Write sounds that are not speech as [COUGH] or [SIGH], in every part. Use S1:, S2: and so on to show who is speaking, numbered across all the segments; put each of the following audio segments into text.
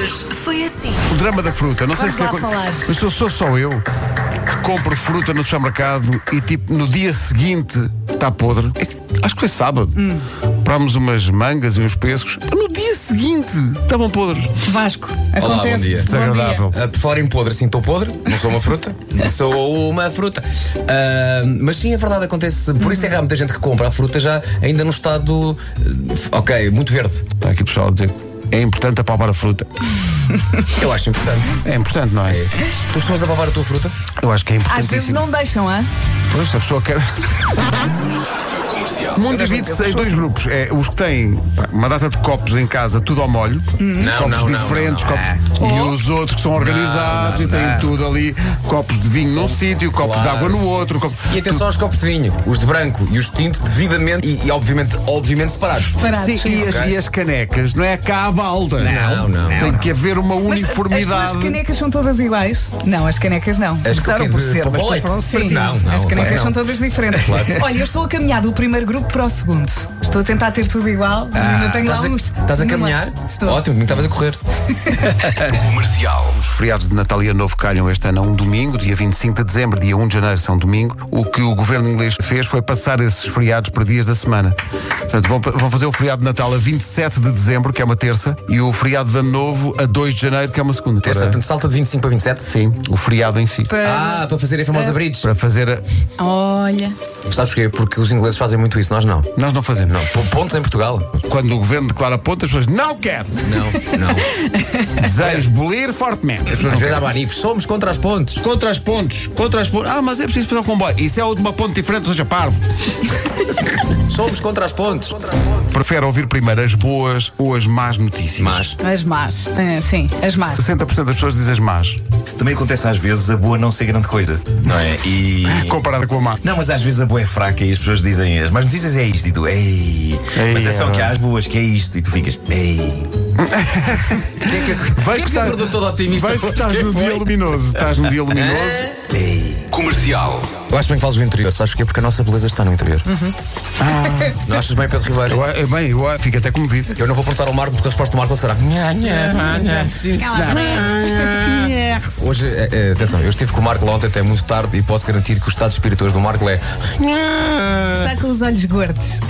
S1: é assim.
S2: O drama da fruta, não sei se
S1: Vamos
S2: lhe
S1: lá
S2: acon-
S1: falar.
S2: Mas sou, sou só eu que compro fruta no supermercado e tipo no dia seguinte está podre. É que- Acho que foi sábado. Comprámos umas mangas e uns pescos. No dia seguinte estavam podres.
S3: Vasco,
S4: Olá,
S3: acontece.
S4: bom dia.
S2: Desagradável.
S4: Ah, por falar em podre, sim, estou podre, não sou uma [LAUGHS] fruta, sou uma fruta. Ah, mas sim, a verdade acontece, por isso é que há muita gente que compra a fruta já ainda num estado, eh, ok, muito verde.
S2: Está Tá aqui o pessoal a dizer que é importante apalpar a fruta.
S4: Eu acho importante.
S2: É importante, não é?
S4: Tu costumas abalar a tua fruta?
S2: Eu acho que é importante.
S3: Às vezes não deixam, hã?
S2: Pois, se a pessoa quer. Mundo divide em dois
S3: assim.
S2: grupos. É, os que têm pá, uma data de copos em casa, tudo ao molho,
S4: Não,
S2: copos
S4: não, não,
S2: diferentes,
S4: não, não.
S2: copos. E os outros que são organizados
S4: Não, não,
S2: e têm
S4: não.
S2: tudo ali: copos de vinho num sítio, copos de
S4: Claro.
S2: água no outro. Copo...
S3: é
S4: E atenção aos copos de vinho, os de branco e os de tinto, devidamente e, e obviamente, obviamente separados.
S3: Parados.
S2: Sim, e, as,
S4: ok.
S2: e as canecas, não é a cá à balda.
S4: Não, não,
S2: Tem que haver uma
S3: Mas As
S2: uniformidade.
S3: tuas canecas são todas iguais? Não, as canecas não.
S4: As
S5: Começaram
S4: que-
S5: por
S4: de-
S5: ser, mas depois
S4: boleto.
S5: foram-se
S3: Sim,
S5: partindo.
S4: Não, não,
S3: as
S4: claro
S3: canecas
S4: que não.
S3: são todas diferentes. Olha, eu estou a caminhar do primeiro grupo para o segundo. Estou a tentar ter tudo igual. ainda tenho lá
S4: Ah, Estás a,
S3: uns.
S4: estás a
S3: numa.
S4: caminhar?
S3: Estou.
S4: Ótimo, estavas a correr.
S2: Os feriados de Natal e Ano Novo calham este ano a um domingo, dia 25 de dezembro, dia 1 de janeiro são domingo. O que o governo inglês fez foi passar esses feriados para dias da semana. Portanto, vão, vão fazer o feriado de Natal a 27 de dezembro, que é uma terça, e o feriado de Ano Novo a 2 de janeiro, que é uma segunda.
S4: Terça,
S2: Para-
S4: portanto, salta de 25 para 27.
S2: Sim, o feriado em si.
S3: Para-
S4: Ah, para fazer a famosa bridge.
S2: Para fazer. a-
S3: Olha.
S4: Sabes porquê? Porque os ingleses fazem muito isso, nós não.
S2: Nós não fazemos, não.
S4: P- Pontos em Portugal?
S2: Quando o governo declara ponto, as pessoas não querem.
S4: Não,
S2: [LAUGHS]
S4: não.
S2: Desejo bolir fortemente. As pessoas
S4: Às
S2: não
S4: vezes
S2: querem.
S4: há manifes, somos contra as pontes.
S2: Contra as pontes, contra as pontes. Ah, mas é preciso fazer o comboio. Isso é uma ponte diferente, seja parvo.
S4: Somos contra as pontes.
S2: Prefere ouvir primeiro as boas ou as más notícias?
S4: Mas,
S3: As más. tem- Sim, as más.
S2: 60% das pessoas dizem as más,
S5: Também acontece às vezes a boa não ser grande coisa, não é? E.
S2: comparada com a má.
S5: Não, mas às vezes a boa é fraca e as pessoas dizem as más notícias é isto e tu, ei.
S2: Ei,
S5: mas atenção
S2: é
S5: que há as boas que é isto e tu ficas, ei.
S4: quem é
S5: [LAUGHS]
S4: que, quem é que
S2: está-
S4: acordou todo otimista?
S2: Vejo que
S4: Quem
S2: estás num
S4: é foi?
S2: dia luminoso. Estás num dia
S5: É.
S2: luminoso.
S4: Eu acho bem que falas do interior, sabes porquê? Porque a nossa beleza está no interior.
S5: Uhum.
S4: [LAUGHS] Não achas bem, Pedro Ribeiro?
S2: Eu, é bem, eu ah, fico até comovido.
S4: Eu não vou perguntar ao Marco porque a resposta do Marco será. Nha, nha, nha, nha. Hoje, eh, eh, atenção, eu estive com o Marco lá ontem até muito tarde e posso garantir que o estado de espírito hoje do Marco é.
S3: Está com os olhos gordos.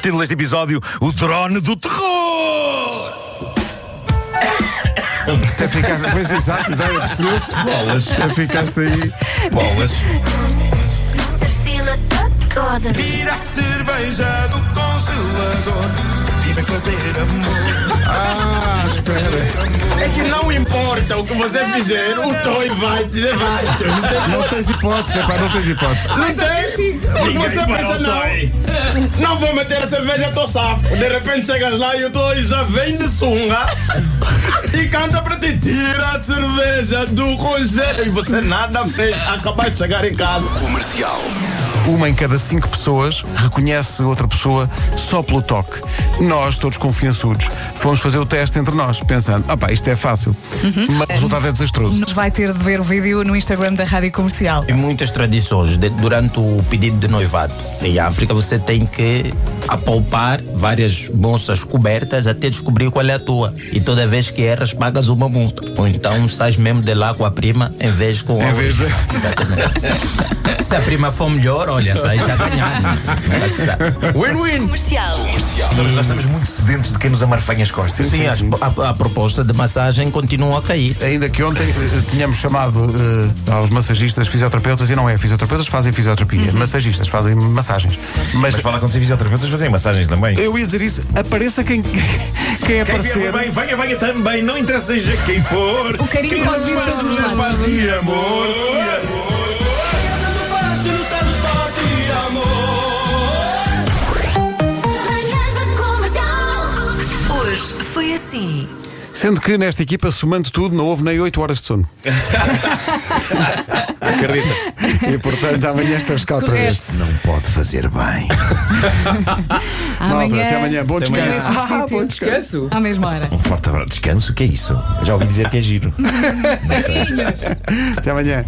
S5: Título deste episódio: O Drone do Terror!
S2: Até ficaste. Pois, exato, exato, percebeu-se.
S5: [LAUGHS] Bolas,
S2: Até ficaste aí.
S5: bolas.
S6: Mr. Fila toda.
S7: Tira a cerveja do congelador e vem fazer amor.
S2: Ah, espera.
S7: É que não importa o que você fizer, o toy vai te levar.
S2: Não tens hipótese, é pá, não tens hipótese.
S7: Não tens? Porque você pensa, não, não vou meter a cerveja, tô safo. De repente chegas lá e o toy já vem de sunga e canta pra ti: tira a cerveja do congelador. E você nada fez, acabaste de chegar em casa.
S2: Uma em cada cinco pessoas reconhece outra pessoa só pelo toque. Nós, todos confiançudos, fomos fazer o teste entre nós, pensando: ah, pá, isto é fácil. Mas o resultado é desastroso.
S3: Nos vai ter de ver o vídeo no Instagram da Rádio Comercial.
S8: Em muitas tradições, de- durante o pedido de noivado em África, você tem que apalpar várias bolsas cobertas até descobrir qual é a tua. E toda vez que erras, pagas uma multa. Ou então sais mesmo de lá com a prima em vez com a
S2: Em vez de-
S8: Exatamente. Se a prima for melhor, olha, sai
S2: [LAUGHS]
S8: já ganhado.
S4: Win-win!
S6: Comercial.
S5: Nós estamos muito sedentos de quem nos amarfanha as costas.
S8: Sim, as- a, a proposta de massagem continua a cair.
S2: Ainda que ontem eh, tínhamos chamado eh, aos massagistas fisioterapeutas e não é. Fisioterapeutas fazem fisioterapia, massagistas fazem massagens. Mas,
S5: Uhum. Mas fala com os fisioterapeutas, fazem massagens também.
S2: eu ia dizer isso, apareça quem, [LAUGHS] quem
S5: Quem vier
S2: aparecer.
S5: bem, venha, venha também, não interessa seja quem for.
S3: O carinho
S5: quem
S3: pode
S5: nos
S3: vir de
S5: faz
S3: todos os
S5: nos
S3: lados.
S5: faz e amor. e amor.
S6: Manhãs da comercial. Hoje foi assim.
S2: Sendo que nesta equipa, somando tudo, não houve nem 8 horas de
S5: [LAUGHS]
S2: sono. Acredita. E portanto, amanhã estamos cá outra vez.
S3: Correto.
S5: Não pode fazer bem.
S2: Malta, até amanhã. Bom
S3: no
S2: descanso.
S3: mesmo sítio,
S4: Ah, Descanso!
S3: À mesma hora.
S5: Um forte
S8: Tá
S5: abraço. Descanso, o que é isso? Eu Já ouvi dizer que é giro.
S2: Até amanhã.